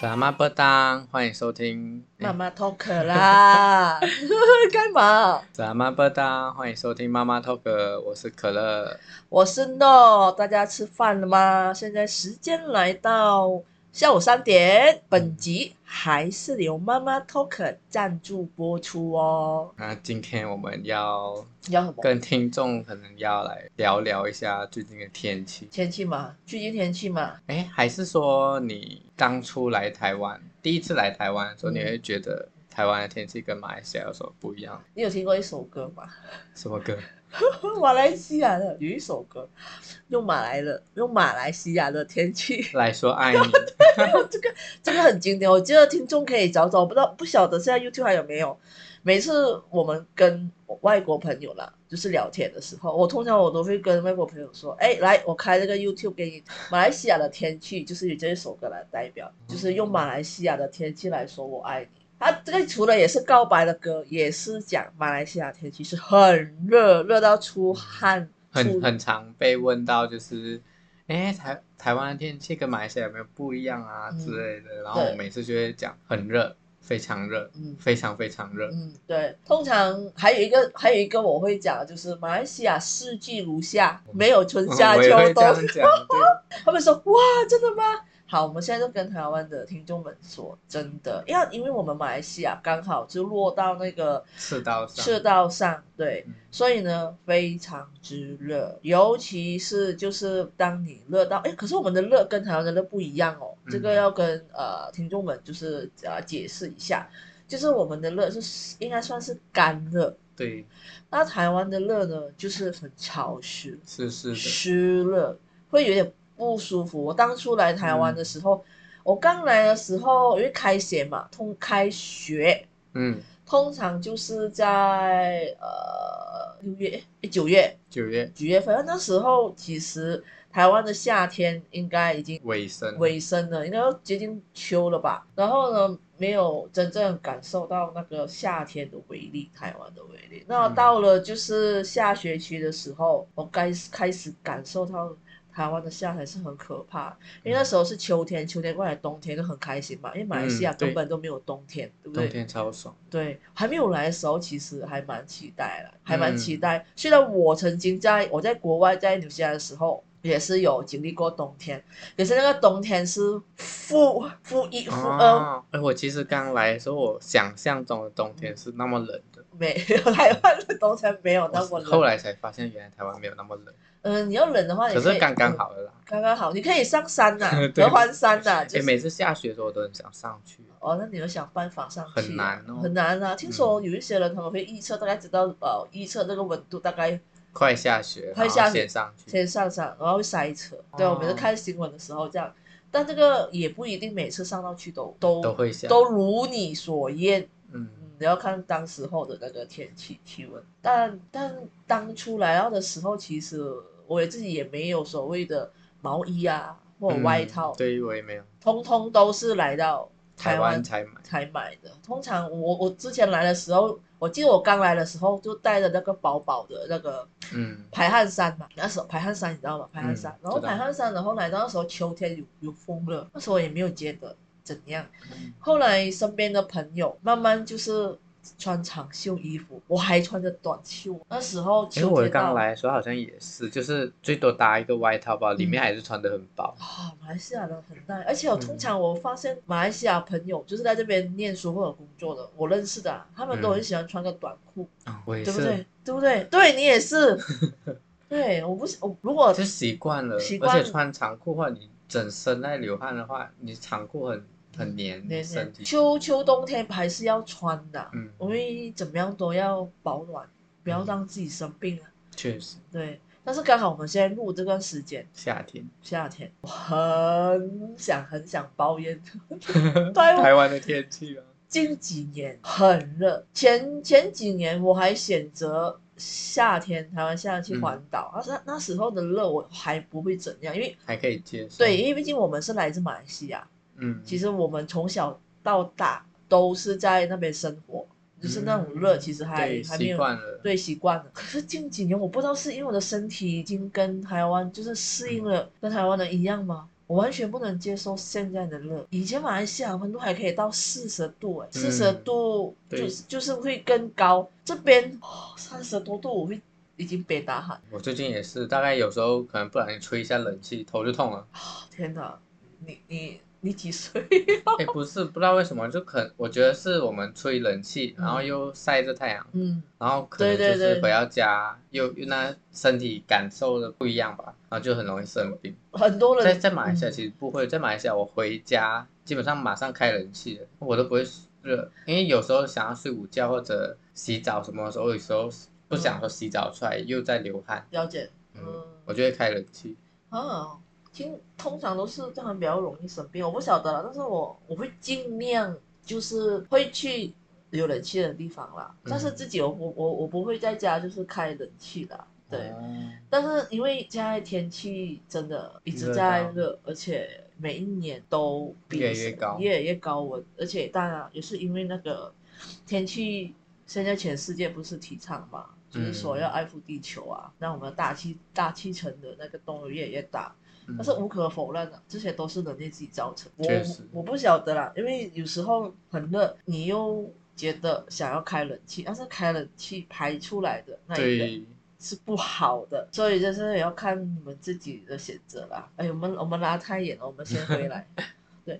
傻妈波当，欢迎收听。妈妈 talk 啦，哎 干嘛？傻妈波当，欢迎收听妈妈 talk，我是可乐。我是 No，大家吃饭了吗？现在时间来到下午三点，本集还是由妈妈 talk 赞助播出哦。那今天我们要你要什么？跟听众可能要来聊聊一下最近的天气。天气嘛，最近天气嘛，哎，还是说你当初来台湾，第一次来台湾的时候，嗯你会觉得台湾的天气跟马来西亚有什么不一样？你有听过一首歌吗？ 什么歌？马来西亚的有一首歌，用马来的，用马来西亚的天气。来说爱你。 这个很经典，我觉得听众可以找找，不知道不晓得现在 YouTube 还有没有。每次我们跟外国朋友啦，就是聊天的时候，我通常我都会跟外国朋友说：“哎，来，我开这个 YouTube 给你，马来西亚的天气就是以这一首歌来代表，就是用马来西亚的天气来说我爱你。”它这个除了也是告白的歌，也是讲马来西亚天气是很热，热到出汗，出很很常被问到，就是，哎、台台湾的天气跟马来西亚有没有不一样啊嗯之类的。然后我对每次就会讲很热，非常热，嗯非常非常热。嗯，对，通常还有一个，还有一个我会讲，就是马来西亚四季如夏，没有春嗯夏我秋也会这样冬。讲，对， 他们说哇，真的吗？好，我们现在就跟台湾的听众们说，真的，因为因为我们马来西亚刚好就落到那个赤道上，赤道上，对，嗯，所以呢非常之热，尤其是就是当你热到，哎，可是我们的热跟台湾的热不一样哦，这个嗯要跟呃听众们就是呃解释一下，就是我们的热是应该算是干热，对，那台湾的热呢就是很潮湿，是是的，湿热，会有点不舒服。我当初来台湾的时候，嗯我刚来的时候，因为开学嘛，通开学嗯，通常就是在呃六月、诶九月、九月九月份那时候，其实台湾的夏天应该已经尾声，尾声了，应该要接近秋了吧。然后呢，没有真正感受到那个夏天的威力，台湾的威力。那嗯到了就是下学期的时候，我该开始感受到台湾的夏天是很可怕，因为那时候是秋天，秋天过来冬天就很开心嘛，因为马来西亚嗯对根本都没有冬天，对不冬对？天超爽，对，还没有来的时候，其实还蛮期待啦，还蛮期嗯待。虽然我曾经在我在国外在纽西兰的时候，也是有经历过冬天，可是那个冬天是负负一负二，哦，哎，我其实刚来的时候，我想象中的冬天是那么冷的，没 有台湾的冬天没有那么我后冷。来才发现原来台湾没有那么冷，嗯、你要冷的话，你可可是以刚刚，好了啦。嗯刚刚好，你可以上山呐、 对合欢山呐、哎、就是。每次下雪的时候我都很想上去。哦，那你要想办法上去、啊很难哦很难啊！听说有一些人他们会预测，大概知道呃，预测这个温度大概快下雪，快下雪然后先上去。先上山，然后会塞车。对，哦我每次看新闻的时候这样，但这个也不一定每次上到去都都都会下，都如你所愿。嗯，嗯，你要看当时候的那个天气气温。但但当初来到的时候，其实我也自己也没有所谓的毛衣啊或者外套，嗯对我也没有，通通都是来到台台湾湾才买，才买的。通常我我之前来的时候，我记得我刚来的时候就带着那个薄薄的那个嗯，排汗衫嘛，那时候排汗衫你知道吗？排汗衫，嗯然后知道排汗衫，然后来到那时候秋天有有风了，那时候也没有觉得怎样。后来身边的朋友慢慢就是穿长袖衣服，我还穿着短袖。那时候因为秋哎我天到刚了，来的时候好像也是，就是最多搭一个外套吧，嗯里面还是穿的很薄，啊、马来西亚人很大，而且我嗯通常我发现马来西亚朋友就是在这边念书或者工作的，我认识的啊、他们都嗯很喜欢穿个短裤，嗯我也哦对不是对，？对不对？对你 也是，对，我不是我如果就习惯了，习惯而且穿长裤的话，你整身在流汗的话，你长裤很很黏年身年体，秋秋冬天还是要穿的啊，嗯，我们怎么样都要保暖，不要让自己生病啊。确实对，但是刚好我们现在录这段时间夏天，夏天，我很想很想 包烟。对，我台湾的天气啊，近几年很热，前前几年我还选择夏天台湾夏天去环岛，嗯那、时那时候的热我还不会怎样，因为还可以接受，对，，因为毕竟我们是来自马来西亚，嗯，其实我们从小到大都是在那边生活，就是那种热，其实嗯还、对还没习有惯了，对习惯了。可是近嗯几年，我不知道是因为我的身体已经跟台湾就是适应了，跟台湾人一样吗？我完全不能接受现在的热。以前马来西亚温度还可以到四十度、哎、四十度嗯对就是就是会更高。这边哦三十、30多度，我会已经别打喊。我最近也是，大概有时候可能不小心吹一下冷气，头就痛了。天哪，你你你几岁？ 哎，不是，不知道为什么，就可我觉得是我们吹冷气，然后又晒着太阳，嗯，然后可能对就对是对回到家又又那身体感受的不一样吧，然后就很容易生病。很多在人在马来西亚嗯其实不会，在马来西亚我回家基本上马上开冷气了，我都不会热，因为有时候想要睡午觉或者洗澡什么的时候，有时候不想说洗澡出来又在流汗，了解，嗯嗯，我就会开冷气。啊，听通常都是这样比较容易生病，我不晓得啦，但是我我会尽量就是会去有冷气的地方啦，但是自己我我我我不会在家就是开冷气啦，对，哦但是因为现在天气真的一直热在到热，而且每一年都比越来越高越来越高温，而且当然也是因为那个天气，现在全世界不是提倡嘛，就是说嗯要爱护地球啊，让我们大气大气层的那个动流越来越大。嗯但是无可否认的、啊这些都是人类自己造成。我确实我不晓得啦，因为有时候很热，你又觉得想要开冷气，但是开冷气排出来的那一个对，是不好的，所以就是也要看你们自己的选择啦。哎，我们我们拉太远了，我们先回来。对，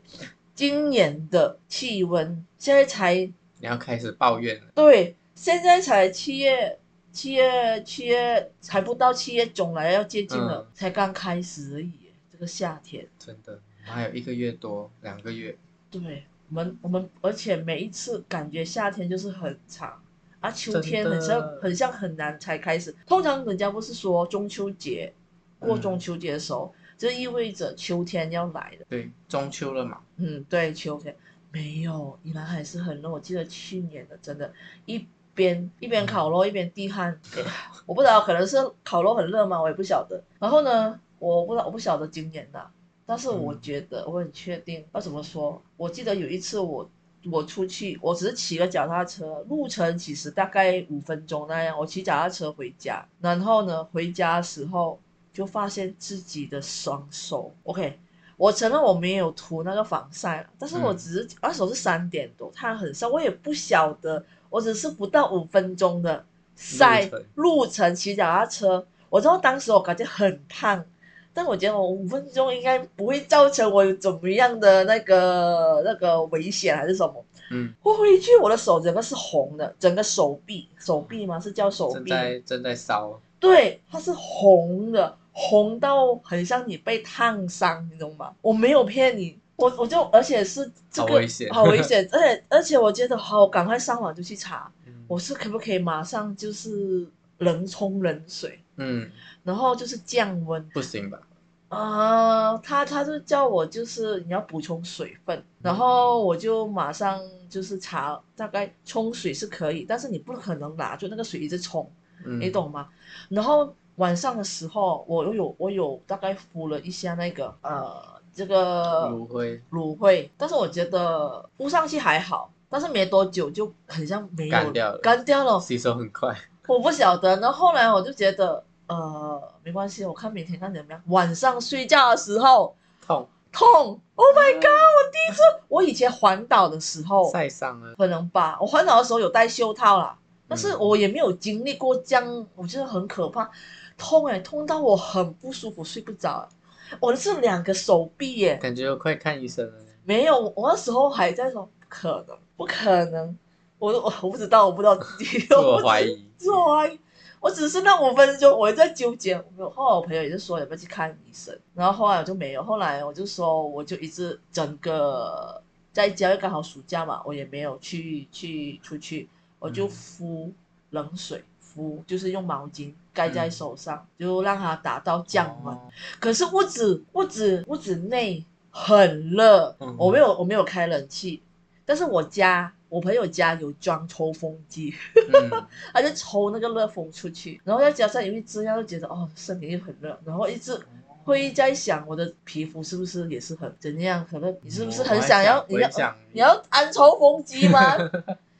今年的气温现在才你要开始抱怨了。对，现在才七月，七月七月还不到七月中来，要接近了，嗯才刚开始而已。这个夏天，真的，我还有一个月多，两个月，对我们我们，而且每一次感觉夏天就是很长。啊，秋真天的很像很像很难才开始。通常人家不是说中秋节，过嗯中秋节的时候，这意味着秋天要来了。对，中秋了嘛，嗯，对，秋天没有，依然还是很热。我记得去年的，真的，一边一边烤肉一边滴汗，哎 我不知道，可能是烤肉很热嘛，我也不晓得。然后呢，我不知道，我不晓得今年呐、但是我嗯觉得我很确定，要怎么说？我记得有一次我我出去，我只是骑个脚踏车，路程其实大概五分钟那样。我骑脚踏车回家，然后呢，回家的时候就发现自己的双手，OK。我承认我没有涂那个防晒了，但是我嗯只是那时候是三点多，太阳很晒，我也不晓得，我只是不到五分钟的晒路程路程骑脚踏车，我知道当时我感觉很烫，但我觉得我五分钟应该不会造成我有怎么样的那个那个危险还是什么。嗯，我回去我的手整个是红的，整个手臂手臂吗？是叫手正臂？在正在烧，对，它是红的，红到很像你被烫伤，你懂吗？我没有骗你，我我就而且是这个好危险好 危险而且而且我觉得好，赶快上网就去查，嗯我是可不可以马上就是冷冲冷水，嗯，然后就是降温。不行吧？啊、他他就叫我就是你要补充水分，然后我就马上就是查，大概冲水是可以，但是你不可能拿住那个水一直冲，嗯，你懂吗？然后晚上的时候，我又有我有大概敷了一下那个呃这个芦荟芦荟，但是我觉得敷上去还好，但是没多久就很像没有干掉了干掉了，吸收很快，我不晓得。然后后来我就觉得呃没关系，我看明天看怎么样。晚上睡觉的时候痛痛，Oh my my！god，我以前环岛的时候晒伤了，可能吧，我环岛的时候有戴袖套啦，但是嗯我也没有经历过这样，我觉得很可怕，痛哎、痛到我很不舒服，睡不着、我的是两个手臂耶、感觉快看医生了。没有， 我那时候还在说不可能，不可能，我我我不知道，我不知道自 己，自我怀疑，自我怀疑。啊我只是那五分钟，我在纠结。后来我朋友也就说要不要去看医生，然后后来我就没有。后来我就说，我就一直整个在家，又刚好暑假嘛，我也没有去去出去，我就嗯敷冷水，敷就是用毛巾盖在手上，就让它达到降温。哦可是屋子屋子屋子内很热，嗯我没有我没有开冷气，但是我家我朋友家有装抽风机，嗯，他就抽那个热风出去，然后再加上因为这样就觉得哦身体又很热，然后一哦直。会在想我的皮肤是不是也是很怎样？可 能你是不是很想要？哦你我要还想你要安抽风机 吗？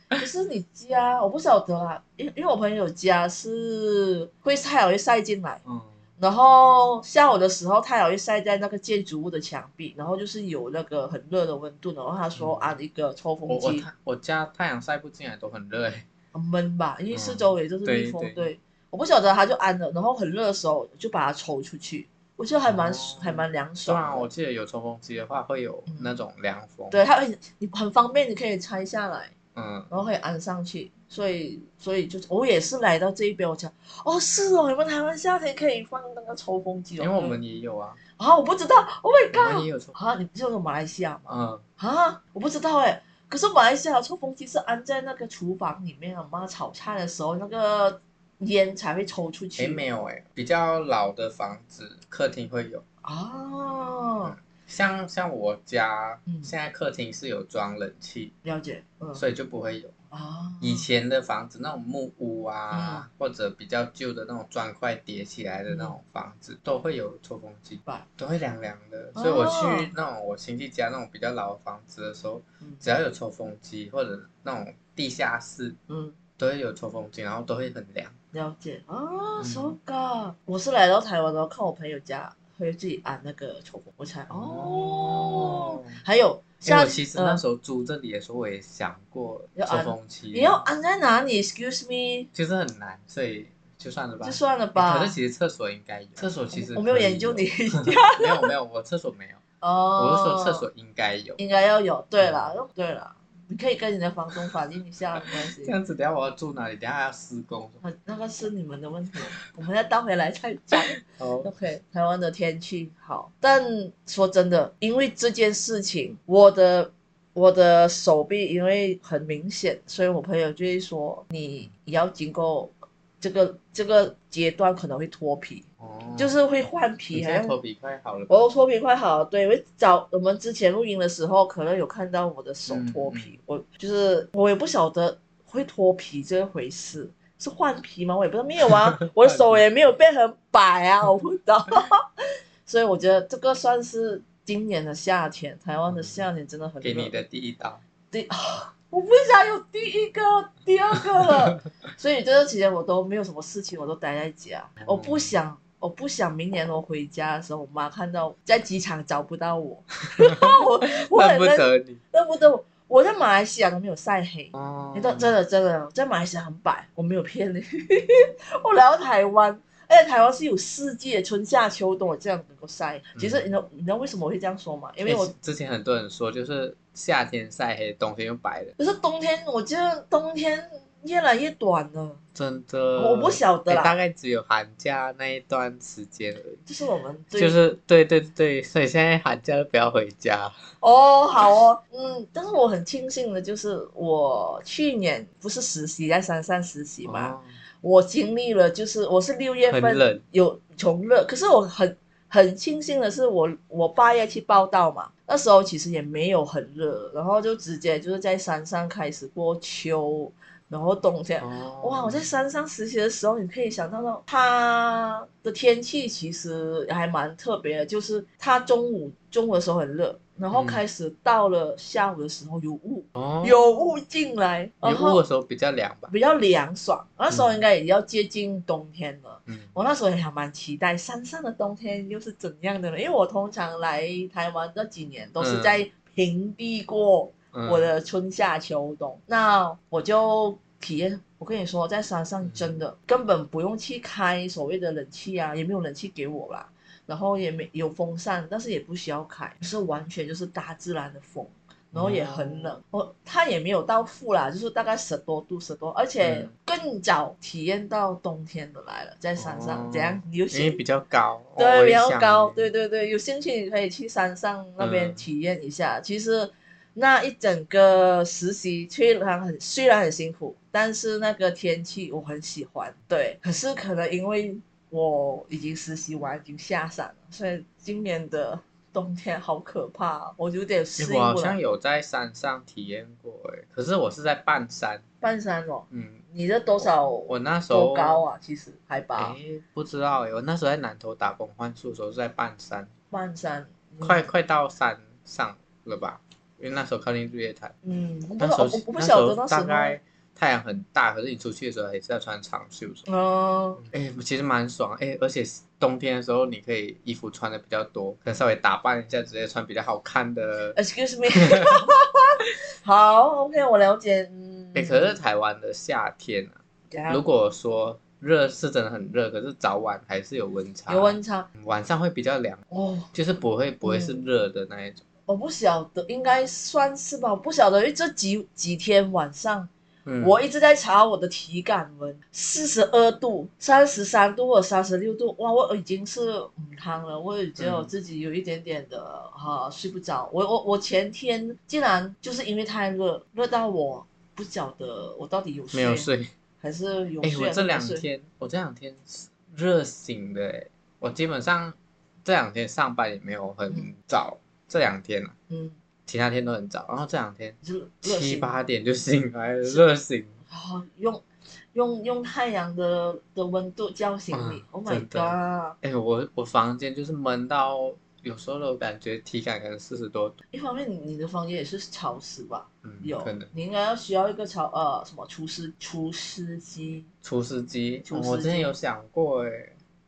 可是你家我不晓得啊，因因为我朋友家是会太阳会晒进来，嗯，然后下午的时候，太阳会晒在那个建筑物的墙壁，然后就是有那个很热的温度。然后他说嗯安一个抽风我我机太我家太阳晒不进来都很热哎，很闷吧，因为四嗯周围都是对蜜蜂。对我不晓得他就安了，然后很热的时候就把它抽出去，我觉得还蛮、哦还蛮凉虽爽然的。我记得有抽风机的话会有嗯那种凉风，对，它很你很方便，你可以拆下来，嗯，然后可以安上去。所以所以就是我也是来到这一边，我讲哦是哦，你们台湾夏天可以放那个抽风机因哦。为我们也有啊，啊我不知道，Oh my 我们 god！也有抽，啊，你就是马来西亚吗？嗯，啊，我不知道哎、可是马来西亚抽风机是安在那个厨房里面，我妈炒菜的时候那个烟才会抽出去。诶没有诶，比较老的房子客厅会有，啊，像像我家嗯现在客厅是有装冷气，了解，嗯所以就不会有。啊，以前的房子那种木屋啊，嗯或者比较旧的那种砖块叠起来的那种房子，都会有抽风机吧，都会凉凉的。嗯哦所以我去那种我亲戚家那种比较老的房子的时候，嗯只要有抽风机或者那种地下室嗯，都会有抽风机，然后都会很凉。了解啊，嗯手感。我是来到台湾然后看我朋友家会自己安那个抽风，我才哦，还有因为下我其实那呃时候租这里的时候，我也想过要抽安风机，呃你要安在哪里？Excuse me，就是很难，所以就算了吧哎就。算了吧。可是其实厕所应该有，厕所其实我没有可以研究你 没有没有，我厕所没有，哦，我是说厕所嗯应该有。应该要有。对啦，对啦，你可以跟你的房东反映一下，没关系这。样子，等下我要住哪里？等下还要施工。很那个是你们的问题，我们再倒回来再讲。哦， OK，台湾的天气好，但说真的，因为这件事情，我的我的手臂因为很明显，所以我朋友就会说你也要经过这个这个阶段可能会脱皮，哦就是会换你皮，现还在要头皮快好了吧？我脱皮快好了，对，我早我们之前录音的时候，可能有看到我的手嗯脱皮，我就是我也不晓得会脱皮这回事，是换皮吗？我也不知道，没有 啊，我的手也没有变很白啊，我不知道， 所以我觉得这个算是今年的夏天，台湾的夏天真的很热。嗯给你的第一刀，第， 我不想有第一个、第二个 了，所以这段期间我都没有什么事情，我都待在家，嗯我不想。我不想明年我回家的时候，我妈看到在机场找不到 我，我我恨很不认得你。认不得我。我在马来西亚都没有晒黑，哦你都真的真的在马来西亚很白，我没有骗你。 我来到台湾，而且台湾是有四季的，春夏秋冬，我这样能够晒。其嗯实你知道你知道为什么我会这样说吗？因为我诶之前很多人说，就是夏天晒黑，冬天又白了，可是冬天，我觉得冬天越来越短了，真的。我不晓呃得诶啦大概只有寒假那一段时间而已。这是我们对就是对对对，所以现在寒假都不要回家。哦，好哦，嗯，但是我很庆幸的就是，我去年不是实习在山上实习嘛，哦我经历了，就是我是六月很冷份有穷热，可是我很很庆幸的是我，我八月去报道嘛，那时候其实也没有很热，然后就直接就是在山上开始过秋，然后冬天，哦哇，我在山上实习的时候，你可以想象到它的天气其实还蛮特别的，就是它中午中午的时候很热，然后嗯开始到了下午的时候有雾，哦有雾进来，然有雾后的时候比较凉吧？比较凉爽。那时候嗯应该也要接近冬天了。嗯，我那时候也还蛮期待山上的冬天又是怎样的呢？因为我通常来台湾这几年都是嗯在平地过，嗯我的春夏秋冬。那我就体验，我跟你说，在山上真嗯的根本不用去开所谓的冷气啊，也没有冷气给我啦，然后也没有风扇，但是也不需要开，就是完全就是大自然的风。然后也很冷，哦我它也没有到负啦，就是大概十多度，十多，而且嗯更早体验到冬天的来了，在山上、哦怎样？你有因为兴比较高，对，比较高，对对对对，有兴趣你可以去山上那边嗯体验一下。其实那一整个实习虽然很虽然很辛苦，但是那个天气我很喜欢。对，可是可能因为我已经实习完，已经下山了，所以今年的冬天好可怕哦，我有点适诶应我好不像来。有在山上体验过诶，可是我是在半山，半山哦，嗯，你这多少我那时候多高啊？其实海拔诶不知道诶，我那时候在南头打工换宿的时候是在半山，半山，嗯快快到山上了吧？因为那时候靠近日月潭，嗯，我那不知时道，候我我不那晓得候那大时候概太阳很大，可是你出去的时候还是要穿长袖什么的。哦，哎、其实蛮爽哎、而且冬天的时候你可以衣服穿的比较多，可能稍微打扮一下，直接穿比较好看的。 Excuse me，好，OK，我了解。嗯，哎、可是台湾的夏天啊，等下如果说热是真的很热，可是早晚还是有温差，有温差嗯晚上会比较凉，哦，就是不会不会是嗯热的那一种。我不晓得，应该算是吧，我不晓得，因为这几几天晚上嗯，我一直在查我的体感温，四十二度、三十三度或三十六度，哇，我已经是嗯汤了，我也觉得我嗯自己有一点点的哈、睡不着。我我我前天竟然就是因为太热，热到我不晓得我到底有睡没有睡。还是有哎、睡我还是这没两睡天我这两天是热醒的、哎，我基本上这两天上班也没有很嗯早，这两天啊，嗯其他天都很早，然后这两天。就是热七醒八点就醒来了，热醒。哦，用用用太阳的的温度叫醒你、嗯 o h 真 my 的 god！哎、我我房间就是闷到，有时候我感觉体感可能四十多度，一方面你你的房间也是潮湿吧？嗯，有可能，你应该要需要一个潮呃什么除湿除湿机，除湿机、除哦湿我之前机有想过哎、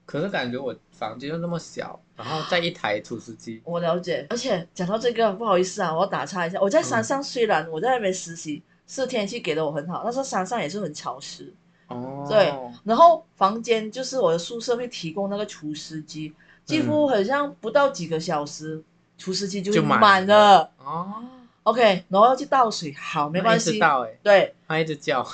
可是感觉我房间又那么小，然后再一台除湿机，我了解。而且讲到这个，不好意思啊，我要打岔一下，我嗯在山上虽然我在那边实习，是天气给的我很好，但是山上也是很潮湿。哦，对，然后房间就是我的宿舍会提供那个除湿机，几乎好像不到几个小时，除湿机就嗯会就满满了了。哦， OK，然后要去倒水，好，没关它一直系，到哎、对它一直叫，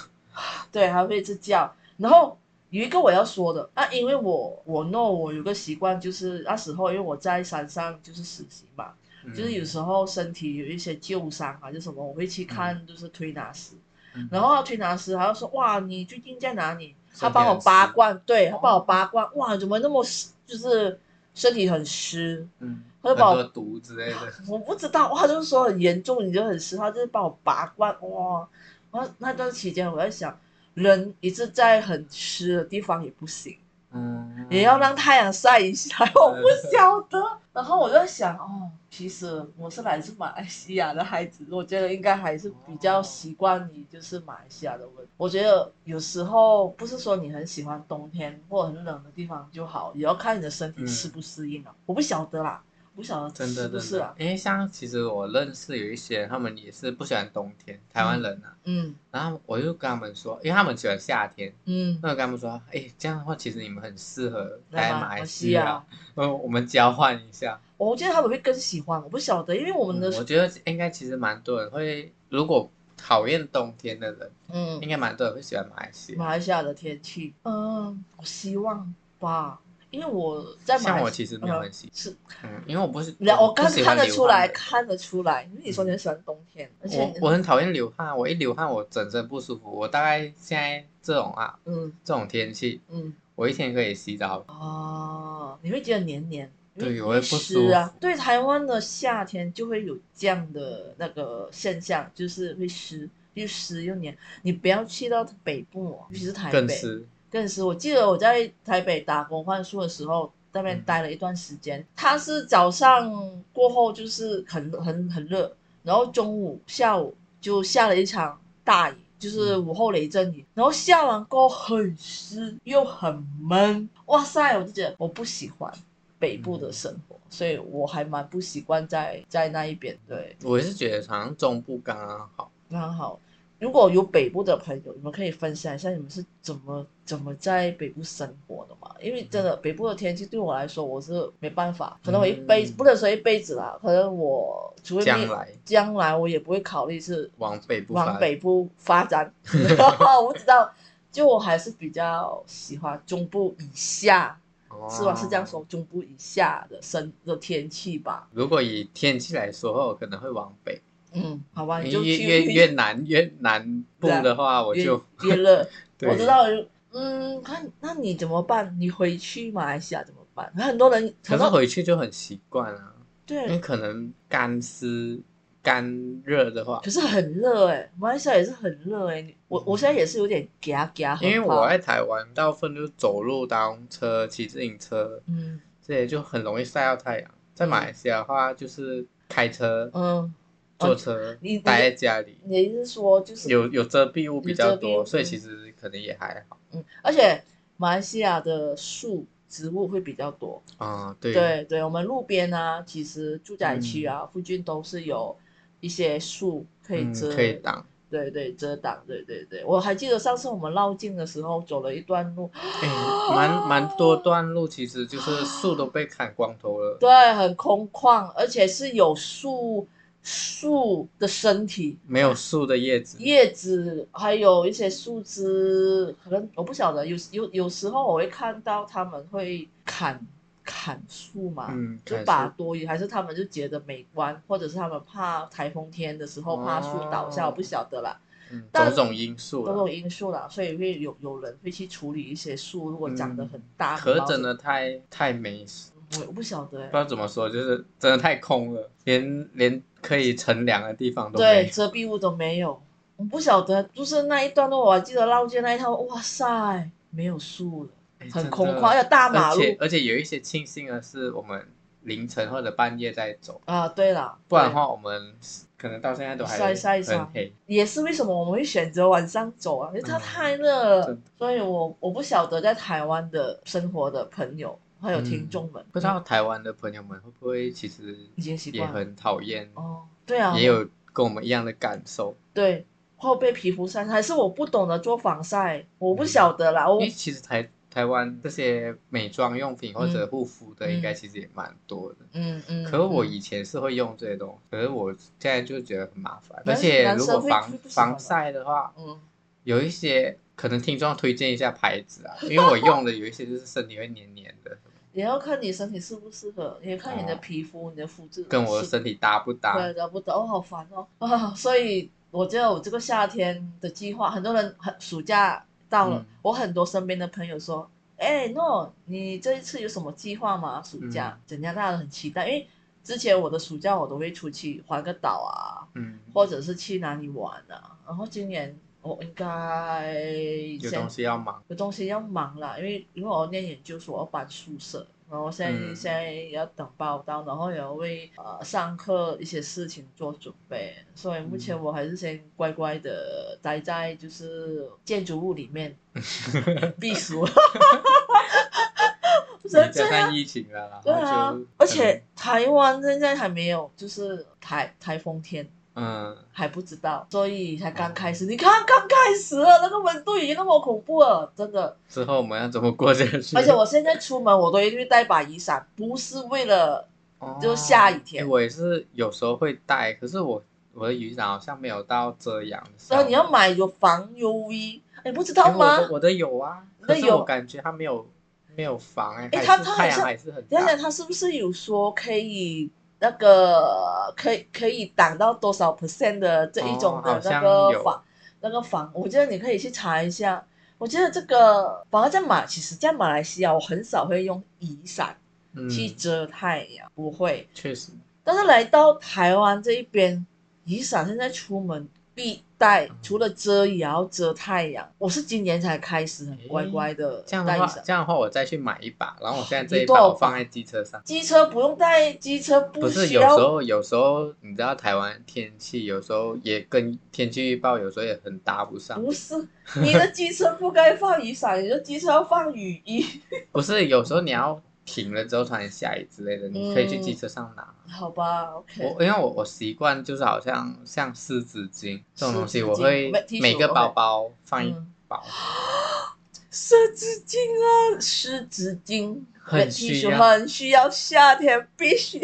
对，还会一直叫。然后有一个我要说的啊，因为我我 no 我有个习惯，就是那时候因为我在山上就是实习嘛，嗯就是有时候身体有一些旧伤还是什么，我会去看就是推拿师，嗯，然后推拿师还要说哇，你最近在哪里？身体他帮我很拔湿罐，对他帮我拔罐，哇，怎么那么湿就是身体很湿，嗯，他很就把我多毒之类 的，我不知道，他就是说很严重，你就很湿，他就是把我拔罐，哇！然后那段期间我在想，人一直在很湿的地方也不行，嗯，也要让太阳晒一下， 我不晓得。然后我就在想，哦，其实我是来自马来西亚的孩子，我觉得应该还是比较习惯于就是马来西亚的温。我觉得有时候不是说你很喜欢冬天或很冷的地方就好，也要看你的身体嗯适不适应啊。我不晓得啦，不晓得真的是真不的，是啊？因为像其实我认识有一些人，他们也是不喜欢冬天，台湾人啊。嗯然后我就跟他们说，因为他们喜欢夏天，嗯。那我跟他们说，哎，这样的话其实你们很适合来来马马来来西西亚亚，，哦嗯，我们交换一下。我觉得他们会更喜欢，我不晓得，因为我们的嗯我觉得应该其实蛮多人会，如果讨厌冬天的人，嗯应该蛮多人会喜欢马来西亚。马来西亚的天气，嗯，我希望吧，因为我在马来西亚呃像我其实没有很喜，是，嗯，因为我不是，我不刚喜看欢得流出汗来，的嗯看得出来，因为你说你很喜欢冬天，而且我我很讨厌流汗，我一流汗我整身不舒服。我大概现在这种啊嗯这种天气，嗯我一天可以洗澡哦，你会觉得黏黏。因为对你我会不湿啊舒服。对，台湾的夏天就会有这样的那个现象，就是会湿，又湿又黏。你不要去到北部哦，尤其是台北，更湿，更是，我记得我在台北打工换宿的时候，在那边待了一段时间。他是早上过后就是很很很热，然后中午下午就下了一场大雨，就是午后雷阵雨，然后下完过后很湿又很闷，哇塞！我就觉得我不喜欢北部的生活，所以我还蛮不习惯在在那一边。对，我是觉得好像中部刚刚好。非常好。如果有北部的朋友，你们可以分享一下你们是怎么怎么在北部生活的嘛？因为真的北部的天气对我来说，我是没办法，可能我一辈子、嗯不能说一辈子啦，可能我除非将来将来我也不会考虑是往北部发展往北部 发展， 我不知道，就我还是比较喜欢中部以下，是吧？是这样。哦说，中部以下的生的天气吧。如果以天气来说的话，我可能会往北。嗯，好吧，你因就为去啊越越越南越南部的话，我越就越热。对我知。道，嗯，看那你怎么办？你回去马来西亚怎么办？很多人可是很多回去就很习惯啊，因为对，可能干湿干热的话，可是很热哎、马来西亚也是很热哎、我我现在也是有点嘎嘎，嗯很因为怕我在台湾大部分就是走路、搭公车、骑自行车嗯这些就很容易晒到太阳。在马来西亚的话，就是开车嗯坐车你你待在家里，你的意思是说就是有有遮蔽物比较有遮蔽物多，所以其实可能也还好。嗯，而且马来西亚的树植物会比较多。啊，对，对对，我们路边啊，其实住宅区啊、附近都是有一些树可以嗯，遮，可以挡。对对遮挡，对对对。我还记得上次我们绕境的时候走了一段路，哎，蛮蛮多段路，其实就是树都被砍光头了。对，很空旷，而且是有树树的身体。没有树的叶子，叶子还有一些树枝，可能我不晓得，有有有时候我会看到他们会砍砍树嘛，嗯，就砍把树多余，还是他们就觉得美观，或者是他们怕台风天的时候怕树倒哦下，我不晓得啦，嗯但种种因素种啦种因素啦，所以会有有人会去处理一些树，如果长得很大，可然后真的太太没，不我我不晓得欸、知道怎么说，就是真的太空了，连连可以乘凉的地方都没对，有。遮蔽物都没有，我不晓得，就是那一段路，我还记得绕街那一趟，哇塞，没有树了，哎很真空的旷，而且大马而路且而且有一些庆幸的是，我们凌晨或者半夜在走，啊，对了，不然的对话我们可能到现在都还晒晒很伤黑。也是为什么我们会选择晚上走啊，因为它太热了，嗯真的所以我我不晓得在台湾的生活的朋友还有听众们，嗯不知道台湾的朋友们会不会其实已经习也惯了很讨厌，哦，对啊，也有跟我们一样的感受。对会被皮肤晒，还是我不懂得做防晒，我嗯不晓得啦，我因为其实台台湾这些美妆用品或者护肤的，嗯应该其实也蛮多的。嗯嗯，可我嗯以前是会用这些东西，可是我现在就觉得很麻烦。男而且男如生果会防会不喜欢吗防晒的话，嗯有一些可能听众推荐一下牌子啊，因为我用的有一些就是身体会黏黏 的，也要看你身体适不适合，也看你的哦皮肤、你的肤质跟我的是身体搭不搭？对的，不得哦，好烦哦啊！所以我觉得我这个夏天的计划，很多人很暑假到了，嗯我很多身边的朋友说，哎，no，你这一次有什么计划吗？暑嗯假、怎样？大家都很期待，因为之前我的暑假我都会出去环个岛啊，嗯，或者是去哪里玩啊。然后今年我应该有先东西要忙，有东西要忙啦，因为因为我念研究所要搬宿舍，然后现在、嗯现在要等报到，然后也要为呃上课一些事情做准备，所以目前嗯我还是先乖乖的待在就是建筑物里 面避暑。不是再这加样，上疫情了，然后对啊就，而且台湾现在还没有就是台台风天。嗯，还不知道，所以才刚开始。你看，刚开始了，那个温度已经那么恐怖了，真的。之后我们要怎么过这个去？而且我现在出门我都一定会带把雨伞，不是为啊了就下雨天哦诶我也是有时候会带，可是我我的雨伞好像没有到遮阳的效然果。后你要买有防 UV，哎，不知道诶我吗？的我的有啊，你的可是有我感觉它没有没有防哎、诶还它是它好太阳像还是很大想。想它是不是有说可以那个可以可以挡到多少 percent 的这一种哦的好那像个有防、那个防？我觉得你可以去查一下。我觉得这个，反而在马，其实在马来西亚，我很少会用雨伞嗯，去遮太阳，不会。确实，但是来到台湾这一边，雨伞现在出门必带，除了遮也要遮太阳。我是今年才开始很乖乖的这样带的雨话，伞，这样的话我再去买一把，然后我现在这你一多少把把我放在机车上。机车不用带，机车不不是需有要时候，有时候你知道台湾天气，有时候也跟天气预报有时候也很搭不上。不是，你的机车不该放雨伞，你的机车要放雨衣。不是有时候你要停了之后突然下雨之类的，你可以去机车上拿。好吧，OK，我因为我我习惯就是好像像湿纸巾这种东湿西，纸巾我会没 T 恤每个包包放一嗯包，湿纸巾啊，湿纸巾，很 T 需恤要很需要，夏天必须。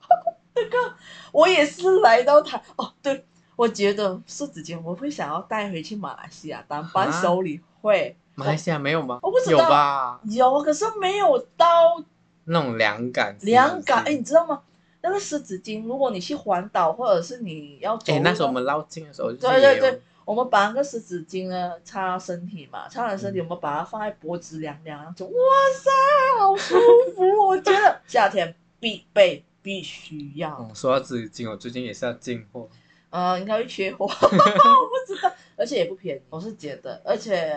那个，我也是来到台哦，对，我觉得湿纸巾我会想要带回去马来西亚当伴啊手礼，会马来西亚没有吗？我不知道有吧？有，可是没有到那种凉感，凉感。哎，哎你知道吗？那个湿纸巾，如果你去环岛或者是你要走哎，路那时候的我们绕境的时候就是对对也有对，我们把那个湿纸巾呢擦身体嘛，擦完身体，嗯我们把它放在脖子凉凉，那种哇塞，好舒服！我觉 得夏天必备必须要，嗯，说到纸巾，我最近也是要进货，呃，应该会缺货， 我不知道，而且也不便宜，我是觉得，而且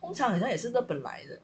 通常好像也是日本来的，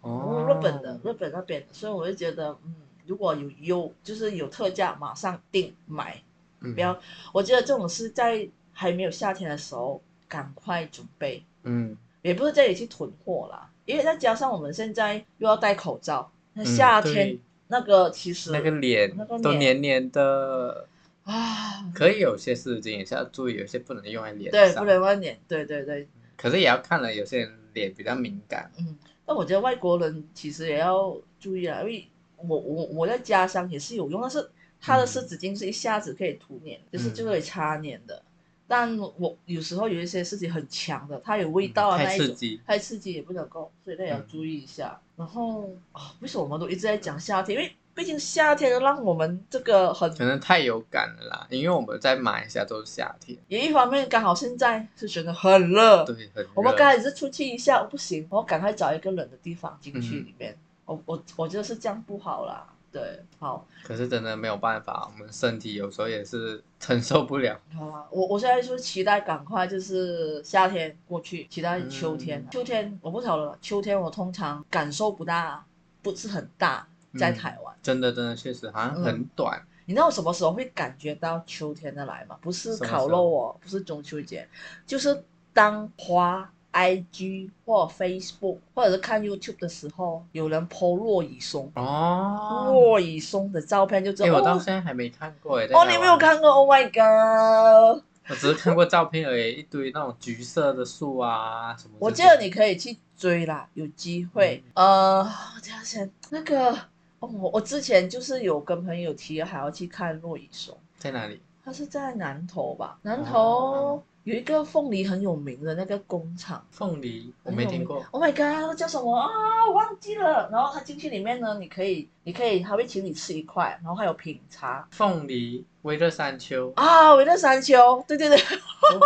哦，日本的日本那边的，所以我就觉得，嗯，如果有优就是有特价，马上订买，嗯不要，我觉得这种是在还没有夏天的时候赶快准备，嗯也不是叫你去囤货啦，因为再加上我们现在又要戴口罩，那嗯夏天、对那个其实那个脸那个都脸黏黏的，啊，可以有些事情也是要注意，有些不能用在脸对，上不，能乱点，对对对，可是也要看了，有些人脸比较敏感，嗯，但我觉得外国人其实也要注意啊，因为我我我在家乡也是有用，但是它的嗯湿纸巾是一下子可以涂脸，就是嗯就可以擦脸的。但我有时候有一些事情很强的，它有味道啊、嗯那太一刺种，激，太刺激也不能够，所以大家要嗯注意一下。然后啊，为什么我们都一直在讲夏天？因为毕竟夏天让我们这个很可能太有感了啦，因为我们在马来西亚都是夏天，也一方面刚好现在是觉得很热，对，很热我们刚开始是出去一下，不行，我赶快找一个冷的地方进去嗯里面。我我我觉得是这样不好啦。对，好，可是真的没有办法，我们身体有时候也是承受不了。好啦，我我现在就是期待赶快就是夏天过去，期待秋天。嗯秋天我不晓得，秋天我通常感受不大，不是很大，在嗯台湾。真的，真的确实好像很嗯短，你知道我什么时候会感觉到秋天的来吗？不是什么时烤候肉哦，不是中秋节，就是当花 IG 或 Facebook 或者是看 YouTube 的时候，有人 po 落雨松。哦。骆以松的照片就知哎、道。我到哦现在还没看过哎。在哦，台你湾没有？看过？Oh my god！我只是看过照片而已，一堆那种橘色的树啊什么。我记得你可以去追啦，有机会。嗯呃，我这样想，那个，哦，我我之前就是有跟朋友提还要去看骆以松，在哪里？他是在南头吧？南头哦有一个凤梨很有名的那个工厂。凤梨，我很没有听名过。 Oh my god，那叫什么啊？我忘记了。然后他进去里面呢，你可以，你可以，他会请你吃一块，然后还有品茶凤梨，维热山 丘。啊，维乐山丘，对对对，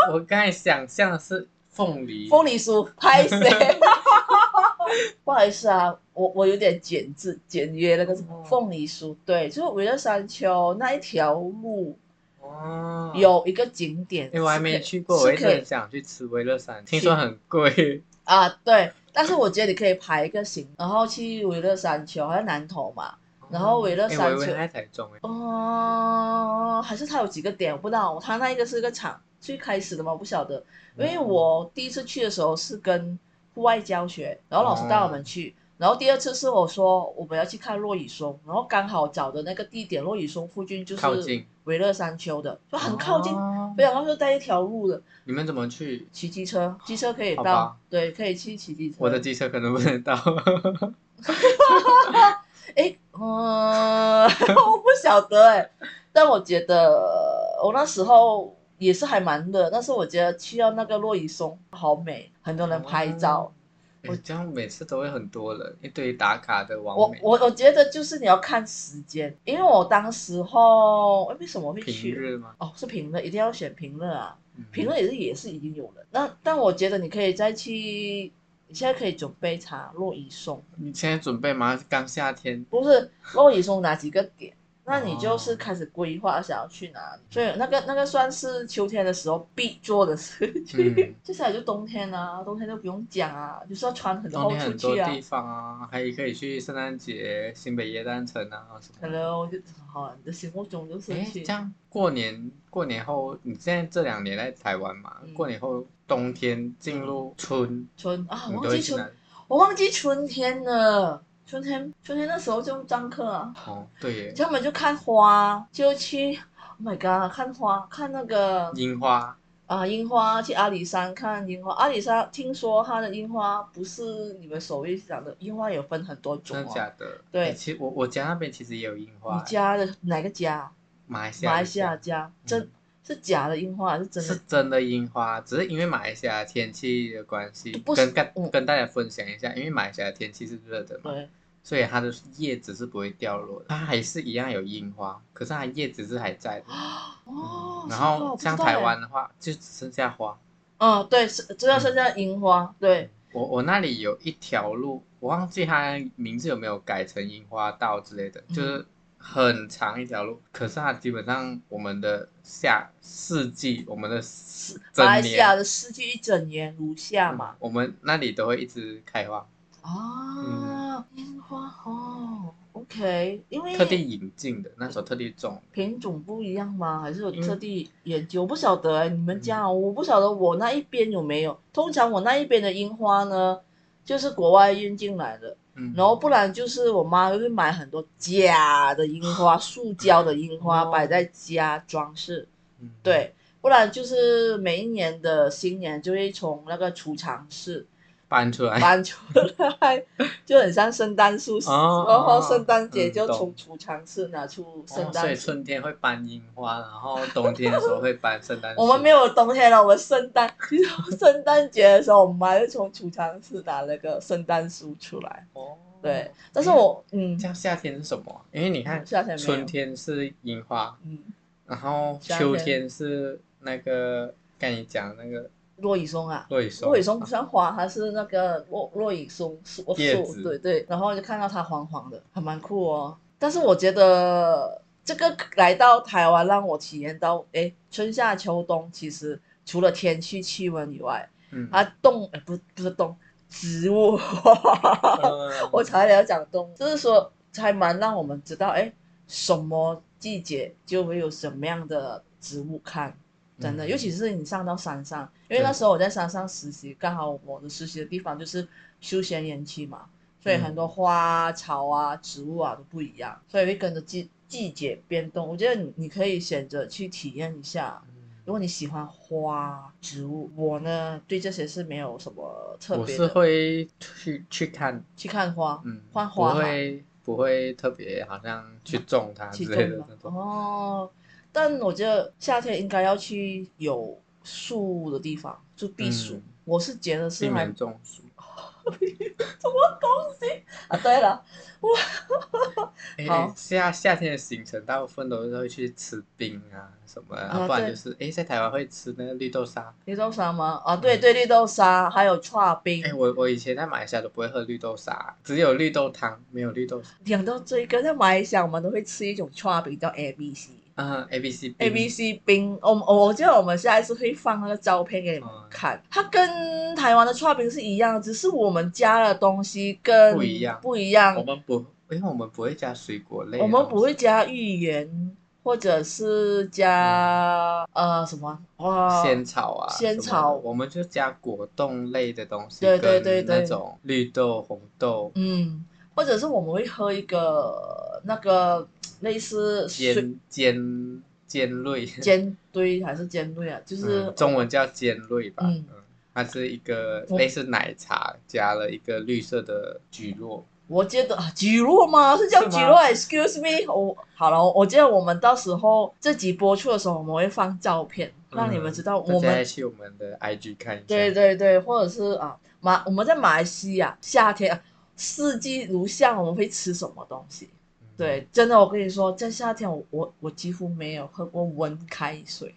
我我刚才想象的是凤梨。凤梨酥，拍谁？不好意思啊，我我有点简字简约那个什么哦凤梨酥，对，就是围着山丘那一条路哦。。有一个景点，哎、我还没去过，我是一直可以很想去吃维乐山，听说很贵。啊，对，但是我觉得你可以排一个行，然后去围乐山丘，好像南头嘛，然后维乐哎山我以为丘在台中哎。哦、还是它有几个点，我不知道，它那一个是个厂，最开始的嘛，我不晓得，因嗯为我第一次去的时候是跟户外教学，然后老师带我们嗯去。然后第二次是我说我们要去看落雨松，然后刚好找的那个地点落雨松附近就靠是近，维乐山丘的，就很靠近，哦不然他们就带一条路的，你们怎么去？骑机车，机车可以好到吧，对，可以去骑机车。我的机车可能不能到，嗯 哎，嗯， 我不晓得哎，但我觉得我那时候也是还蛮热，但是我觉得去到那个落雨松好美，很多人拍照。嗯我哎这样每次都会很多人，一堆打卡的网我美。我我觉得就是你要看时间，因为我当时候哎诶为什么会平去？日吗？哦，是平日，一定要选平日啊！嗯平日也是也是已经有了。那但我觉得你可以再去，你现在可以准备查落雨松，你现在准备吗？刚夏天，不是落雨松哪几个点？那你哦就是开始规划想要去哪里，所以那个那个算是秋天的时候必做的事情。嗯 接下来就冬天啊，冬天就不用讲啊，就是要穿 很嗯冬厚天出很多去啊。地方啊，还可以去圣诞节新北耶诞城啊什么的。 Hello，就好，你的心目中就是哎，去这样过年过年后，你现在这两年在台湾嘛？嗯过年后冬天进入春，春啊，你我都忘会记去春哪？我忘记春天了，春天春天那时候就上课啊，哦，对耶，他们就看花，就去，Oh my god，看花，看那个樱花，啊樱花，去阿里山看樱花。阿里山听说它的樱花不是你们所谓讲的樱花，有分很多种真的哦。假的？对哎其实我我家那边其实也有樱花你耶，家的哪个家？马来西亚马的来西亚家，真、嗯是假的樱花还是真是的？真的樱花，只是因为马来西亚天气的关系不，是跟跟嗯跟大家分享一下，因为马来西亚天气是热的嘛，对，所以它的叶子是不会掉落的，它还是一样有樱花，可是它叶子是还在的。哦，嗯然是吗后像台，我不知道湾的话，就只剩下花。哎嗯，对，是只有剩下樱嗯花，对，我我那里有一条路，我忘记它名字有没有改成樱花道之类的，嗯就是很长一条路，可是它基本上我们的夏四季，我们的整马来西年亚的四季一整年如夏嘛。嗯我嗯们那里都会一啊，樱花哦 OK，因为特地引进的，那时候特地种。品种不一样吗？还是有嗯特地研究？我不晓得、你们家、哦，我不晓得我那一边有没有。通常我那一边的樱花呢，就是国外运进来的，嗯，然后不然就是我妈会买很多假的樱花，塑胶的樱花哦摆在家装饰。嗯，对，不然就是每一年的新年就会从那个储藏室搬出来。搬出来，就很像圣诞树，哦然后圣诞节嗯就懂从储藏室拿出哦圣所诞以树。春天会搬樱花，然后冬天的时候会搬圣诞树。 我们没有冬天了，我们圣诞， 其实我圣诞节的时候，我妈就从储藏室拿那个圣诞树出来。哦对，但是我嗯这，样夏天是什么？因为你看，夏天没有春天是樱花，嗯，然后夏秋天天是那个跟你讲那个落羽松啊，落羽松，落羽松不算花，它是那个落落羽松树叶树，子对对。然后就看到它黄黄的，还蛮酷哦。但是我觉得这个来到台湾，让我体验到，哎，春夏秋冬其实除了天气气温以外，嗯，它动呃不不是动植物。嗯 我才了讲动物，就是说还蛮让我们知道，哎，什么季节就会有什么样的植物看，真的，嗯尤其是你上到山上，因为对那时候我在山上实习，刚好我的实习的地方就是休闲园区嘛，所以嗯很多花啊、草啊、植物啊都不一样，所以会跟着季季节变动。我觉得你你可以选择去体验一下。如嗯果你喜欢花植物，我呢对这些是没有什么特我别是的。会去去看，去看花，嗯，换花不嘛会不会特别好像去种它其啊之类中的吧那种，哦，但我觉得夏天应该要去有树的地方，就避暑。嗯我是觉得是避还免中暑。啊，对了，哎好夏夏天的行程大部分都是会去吃冰啊什么的，啊不然对就是哎在台湾会吃那个绿豆沙。绿豆沙吗？啊，对嗯对，绿豆沙还有刨冰哎、，我我以前在马来西亚都不会喝绿豆沙，只有绿豆汤，没有绿豆沙。讲到这个，在马来西亚我们都会吃一种刨冰叫 A B C。嗯，A B C A B C 冰，我我我记得我们下一次会放那个照片给你们嗯看，它跟台湾的刨冰是一样，只是我们加的东西跟不一样不一样我，们不，因为我们不会加水果类的我东西，们不会加芋圆，或者是加、嗯呃什么哇仙草啊，仙草我们就加果冻类的东西，对对对跟对那种绿豆、红豆、嗯，或者是我们会喝一个那个类似水尖尖尖锐，煎堆还是煎堆啊，就是、嗯、中文叫尖锐吧，嗯嗯。它是一个我类似奶茶，加了一个绿色的嗯菊络，我觉得啊，菊络吗？是叫是吗菊络？Excuse me，我好了，我觉得我们到时候这集播出的时候，我们会放照片，让你们知道嗯大我家们去我们的 IG 看一下。对对对，或者是啊，马我们在马来西亚夏天啊四季如夏，我们会吃什么东西？嗯，对，真的，我跟你说，在夏天我我我几乎没有喝过温开水，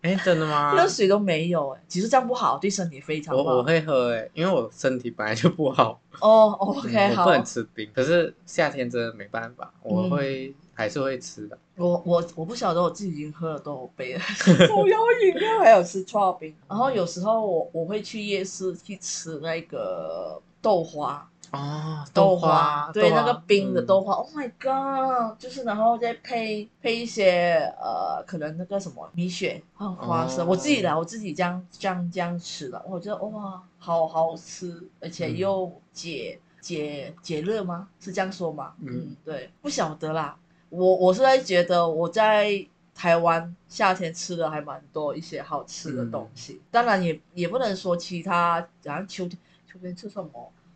哎，真的 吗？热水都没有哎、其实这样不好，对身体非常我不我好。会喝诶、因为我身体本来就不好。哦、o k 嗯我好不，能吃冰，可是夏天真的没办法，我嗯会、还是会吃的。我我我不晓得我自己已经喝了多少杯 了，我要饮料还有吃刨冰，嗯然后有时候我我会去夜市去吃那个豆花，哦，花，对那个冰的豆花花、o h my god，就是然后再配配一些呃，可能那个什么米血和花生，哦我自己来，我自己这样这样这样吃的，我觉得哇，好好吃，而且嗯又解、解解热吗？是这样说吗？嗯嗯，对，不晓得啦，我我是在觉得我在。台湾夏天吃的还蛮多一些好吃的东西，当然也也不能说其他，好像秋天秋天吃什么，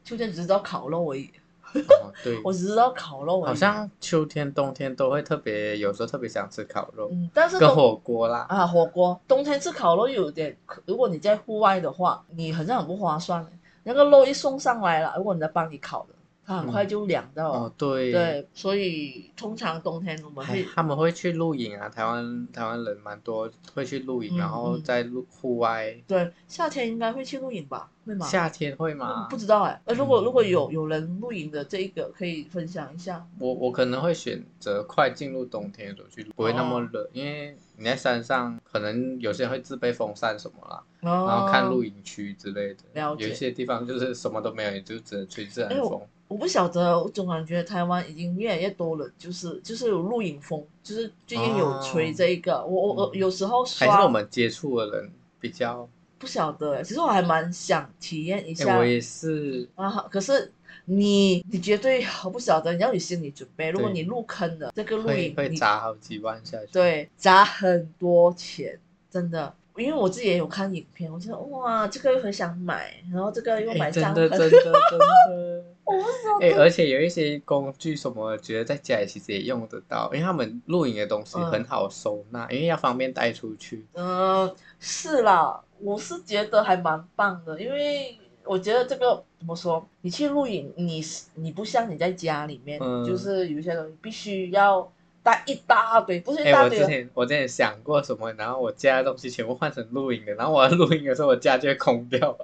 秋天只知道烤肉而已，嗯、哦对，我只知道烤肉而已，好像秋天、冬天都会特别，有时候特别想吃烤肉、嗯，但是跟冬火锅啦。啊火锅，冬天吃烤肉有点，如果你在户外的话，你好像很不划算。欸那个肉一送上来了，如果你在帮你烤的，它很快就凉掉了。哦，对，对，所以通常冬天我们还会他们会去露营啊，台湾台湾人蛮多会去露营，嗯然后嗯在露户外。对夏天应该会去露营吧？会吗？夏天会嗯吗？不知道哎、呃，如果嗯如果有有人露营的这一个，可以分享一下。我我可能会选择快进入冬天的时候去，不会那哦么热，因为你在山上，可能有些人会自备风扇什么啦，然然后看露营。营区之类的。哦了解有一些地方就是什么都没有，你就只能吹自然哎我风。我不晓得，我总感觉台湾已经越来越多了，就是就是有露营风，就是最近有吹这一个，我我我嗯有时候还是刷我们接触的人比较，不晓得欸，其实我还蛮想体验一哎、下我也是，啊，可是。你你绝对我不晓得，你要有心理准备。如果对你入坑了，这个露会营会你砸好几万下去。，对，砸很多钱，真的。因为我自己也有看影片，我觉得哇，这个又很想买，然后这个又哎、买真上的很，真的真的。 我不知 道哎、而且有一些工具什么，觉得在家里其实也用得到，因为他们露营的东西嗯很好收纳，因为要方便带出去。嗯，是啦，我是觉得还蛮棒的，因为我觉得这个怎么说，你去露营，你是你不像你在家里面，嗯就是有一些东西必须要带一大堆，不是一哎、大我堆之哦，前我之前想过什么，然后我家的东西全部换成露营的，然后我要露营的时候，我家就会空掉了，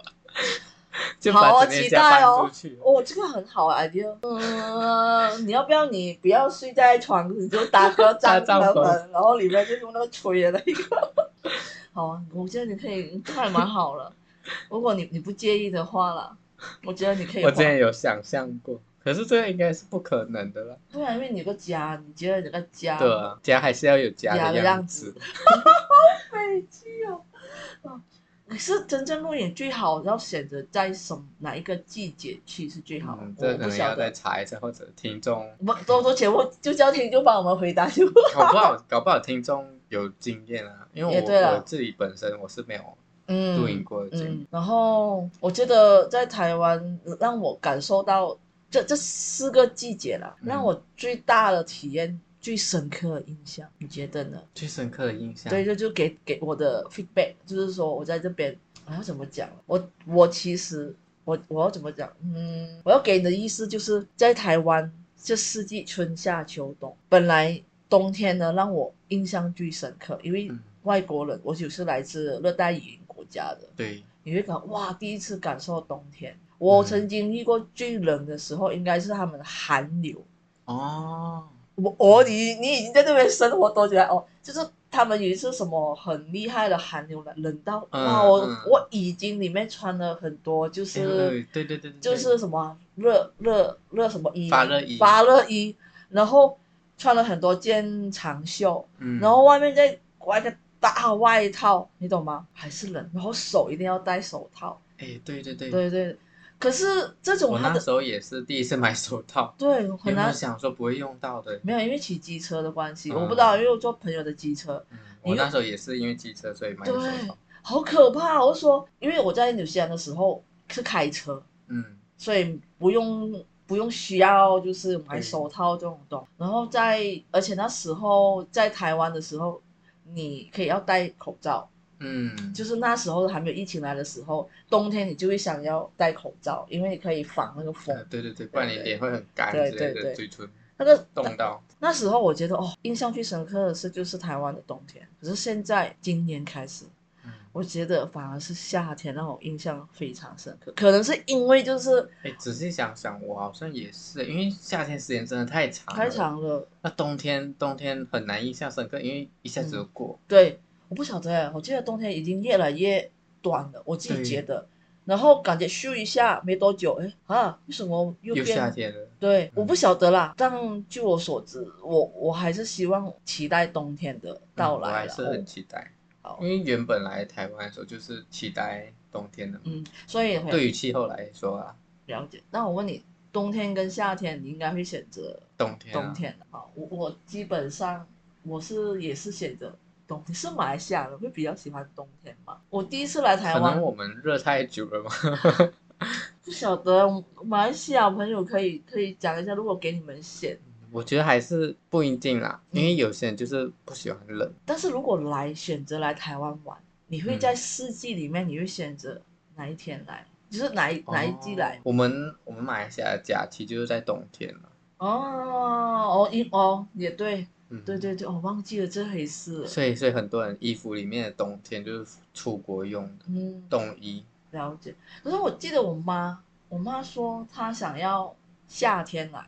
就好啊把整期间待家哦搬出去。哦，这个很好啊 idea。嗯，你要不要你不要睡在床，你就打个帐搭帐篷篷门，然后里面就用那个吹的那 个。好啊，我觉得你可以，这还蛮好了。如果你你不介意的话啦，我觉得你可以我换。之前有想象过，可是这个应该是不可能的了。不然啊因为你有个家，你觉得你有个家，对啊，家还是要有家家的的样子。飞机哦。啊可是真正露营最好要选择在什么哪一个季节去是最好的？嗯，我这我可不能晓要再得。查一下，或者听众，不多多钱，我就叫听就帮我们回答 就。搞不好搞不好听众有经验啊，因为也我对了我自己本身我是没有嗯，露营过的经验。嗯，然后我觉得在台湾让我感受到这这四个季节啦，嗯让我最大的体验、最深刻的印象，你觉得呢？最深刻的印象，对，，就就给给我的 feedback，就是说我在这边，我要怎么讲？啊我我其实我我要怎么讲？嗯，我要给你的意思就是在台湾这四季春夏秋冬，本来冬天呢让我印象最深刻，因为嗯外国人，我就是来自热带雨林国家的，对，你会感哇，第一次感受冬天。我嗯曾经遇过最冷的时候，应该是他们的寒流。哦，我哦，你你已经在那边生活多久了？哦，就是他们有一次什么很厉害的寒流了，冷到嗯哇，我、嗯哎我已经里面穿了很多，就是、对对对对，就是什么啊热热热什么衣，发热衣发热衣，然后穿了很多件长袖，嗯，然后外面再挂一个大外套，你懂吗？还是冷，然后手一定要戴手套。哎，对对对，对对，可是这种我它那的时候也是第一次买手套，对很原本难，想说不会用到的，没有因为骑机车的关系，嗯我不知道，因为我坐朋友的机车，嗯，你我那又时候也是因为机车所以买的手对套，，好可怕。我就说，因为我在纽西兰的时候是开车，嗯，所以不用不用需要就是买对手套这种东西。然后在而且那时候在台湾的时候，你可以要戴口罩，嗯，就是那时候还没有疫情来的时候，冬天你就会想要戴口罩，因为你可以防那个风呃。对对对，不然你对脸会很干对之类对对的，嘴唇那个冻到，那时候我觉得哦，印象最深刻的是就是台湾的冬天，可是现在今年开始，嗯，我觉得反而是夏天让我印象非常深刻，可能是因为就是哎，仔细想想，我好像也是，欸因为夏天时间真的太长，太，长了，那冬天冬天很难印象深刻，因为一下子就嗯过，对，我不晓得，哎我记得冬天已经越来越短了，我自己对觉得，然后感觉咻一下没多久，哎啊，为什么又又嗯变夏天了，对，我不晓得啦。但据我所知，我我还是希望期待冬天的嗯到我来还啦。是我很期待。好因为原本来台湾的时候就是期待冬天的嘛，嗯，所以回对于气候来说啊，了解。那我问你，冬天跟夏天，你应该会选择冬天、啊，冬，天的啊？我我基本上我是也是选择冬天，是马来西亚人会比较喜欢冬天嘛？我第一次来台可能湾，我们热太久了嘛， 不晓得马来西亚朋友可以可以讲一下，如果给你们选，我觉得还是不一定啦，嗯因为有些人就是不喜欢冷，但是如果来选择来台湾玩，你会嗯在四季里面，你会选择哪一天来？就是哪一哪一季来哦？我们我们马来西亚的假期就是在冬天了，哦哦，因哦也对，嗯，对。对对，我、忘记了这回事了。所以，所以很多人衣服里面的冬天就是出国用的嗯，冬衣，了解。可是我记得我妈，我妈说她想要夏天来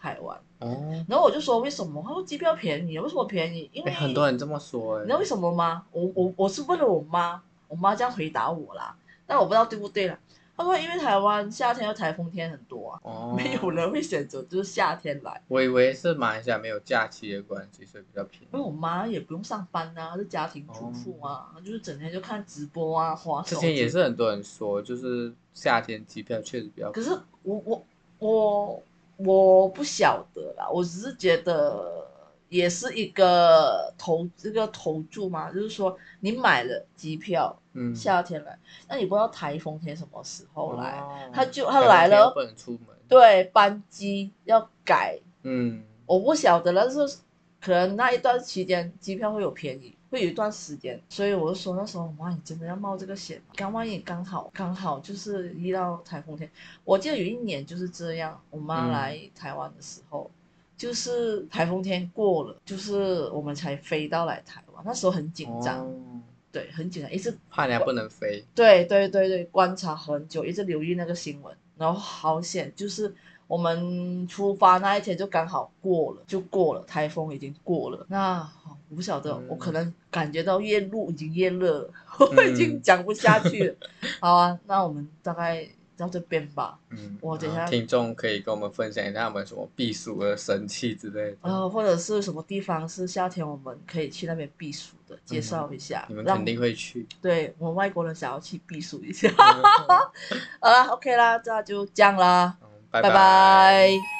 台湾，哦，然后我就说为什么？她说机票便宜，为什么便宜？因为哎，很多人这么说，哎，你知道为什么吗？我我我是问了我妈，我妈这样回答我啦，但我不知道对不对啦。他说因为台湾夏天又台风天很多啊，哦， 没有人会选择就是夏天来。我以为是马来西亚没有假期的关系，所以比较便因为宜。我妈也不用上班啊，她是家庭主妇啊，她就是整天就看直播啊，滑哦之手前也机。是很多人说，就是夏天机票确实比较可是我我我我不晓得啦，我只是觉得也是一个投这个投注嘛，就是说你买了机票嗯，夏天来，那你不知道台风天什么时候来，哦他就台他风来天了不能出门。，对，班机要改，嗯，我不晓得了，但是可能那一段期间机票会有便宜，会有一段时间，所以我就说那时候妈，你真的要冒这个险吗？刚万一刚好刚好就是遇到台风天，我记得有一年就是这样，我妈嗯来台湾的时候，就是台风天过了，就是我们才飞到来台湾，那时候很紧张，哦对，很紧张，一直怕人家不能飞。对对对对，观察很久，一直留意那个新闻，然后好险，就是我们出发那一天就刚好过了，就过了，台风已经过了。那哦我不晓得，我可嗯能感觉到夜路已经夜热了， 我已经嗯讲不下 去了。好啊，那我们大概到这边吧。嗯，我等然后下听众可以跟我们分享一下他们什么避暑的神器之类的。呃，或者是什么地方是夏天我们可以去那边避暑的，介嗯绍一下，你们让肯定会去。对我们外国人想要去避暑一下。 嗯好啦，OK 啦，那就这样啦。拜拜拜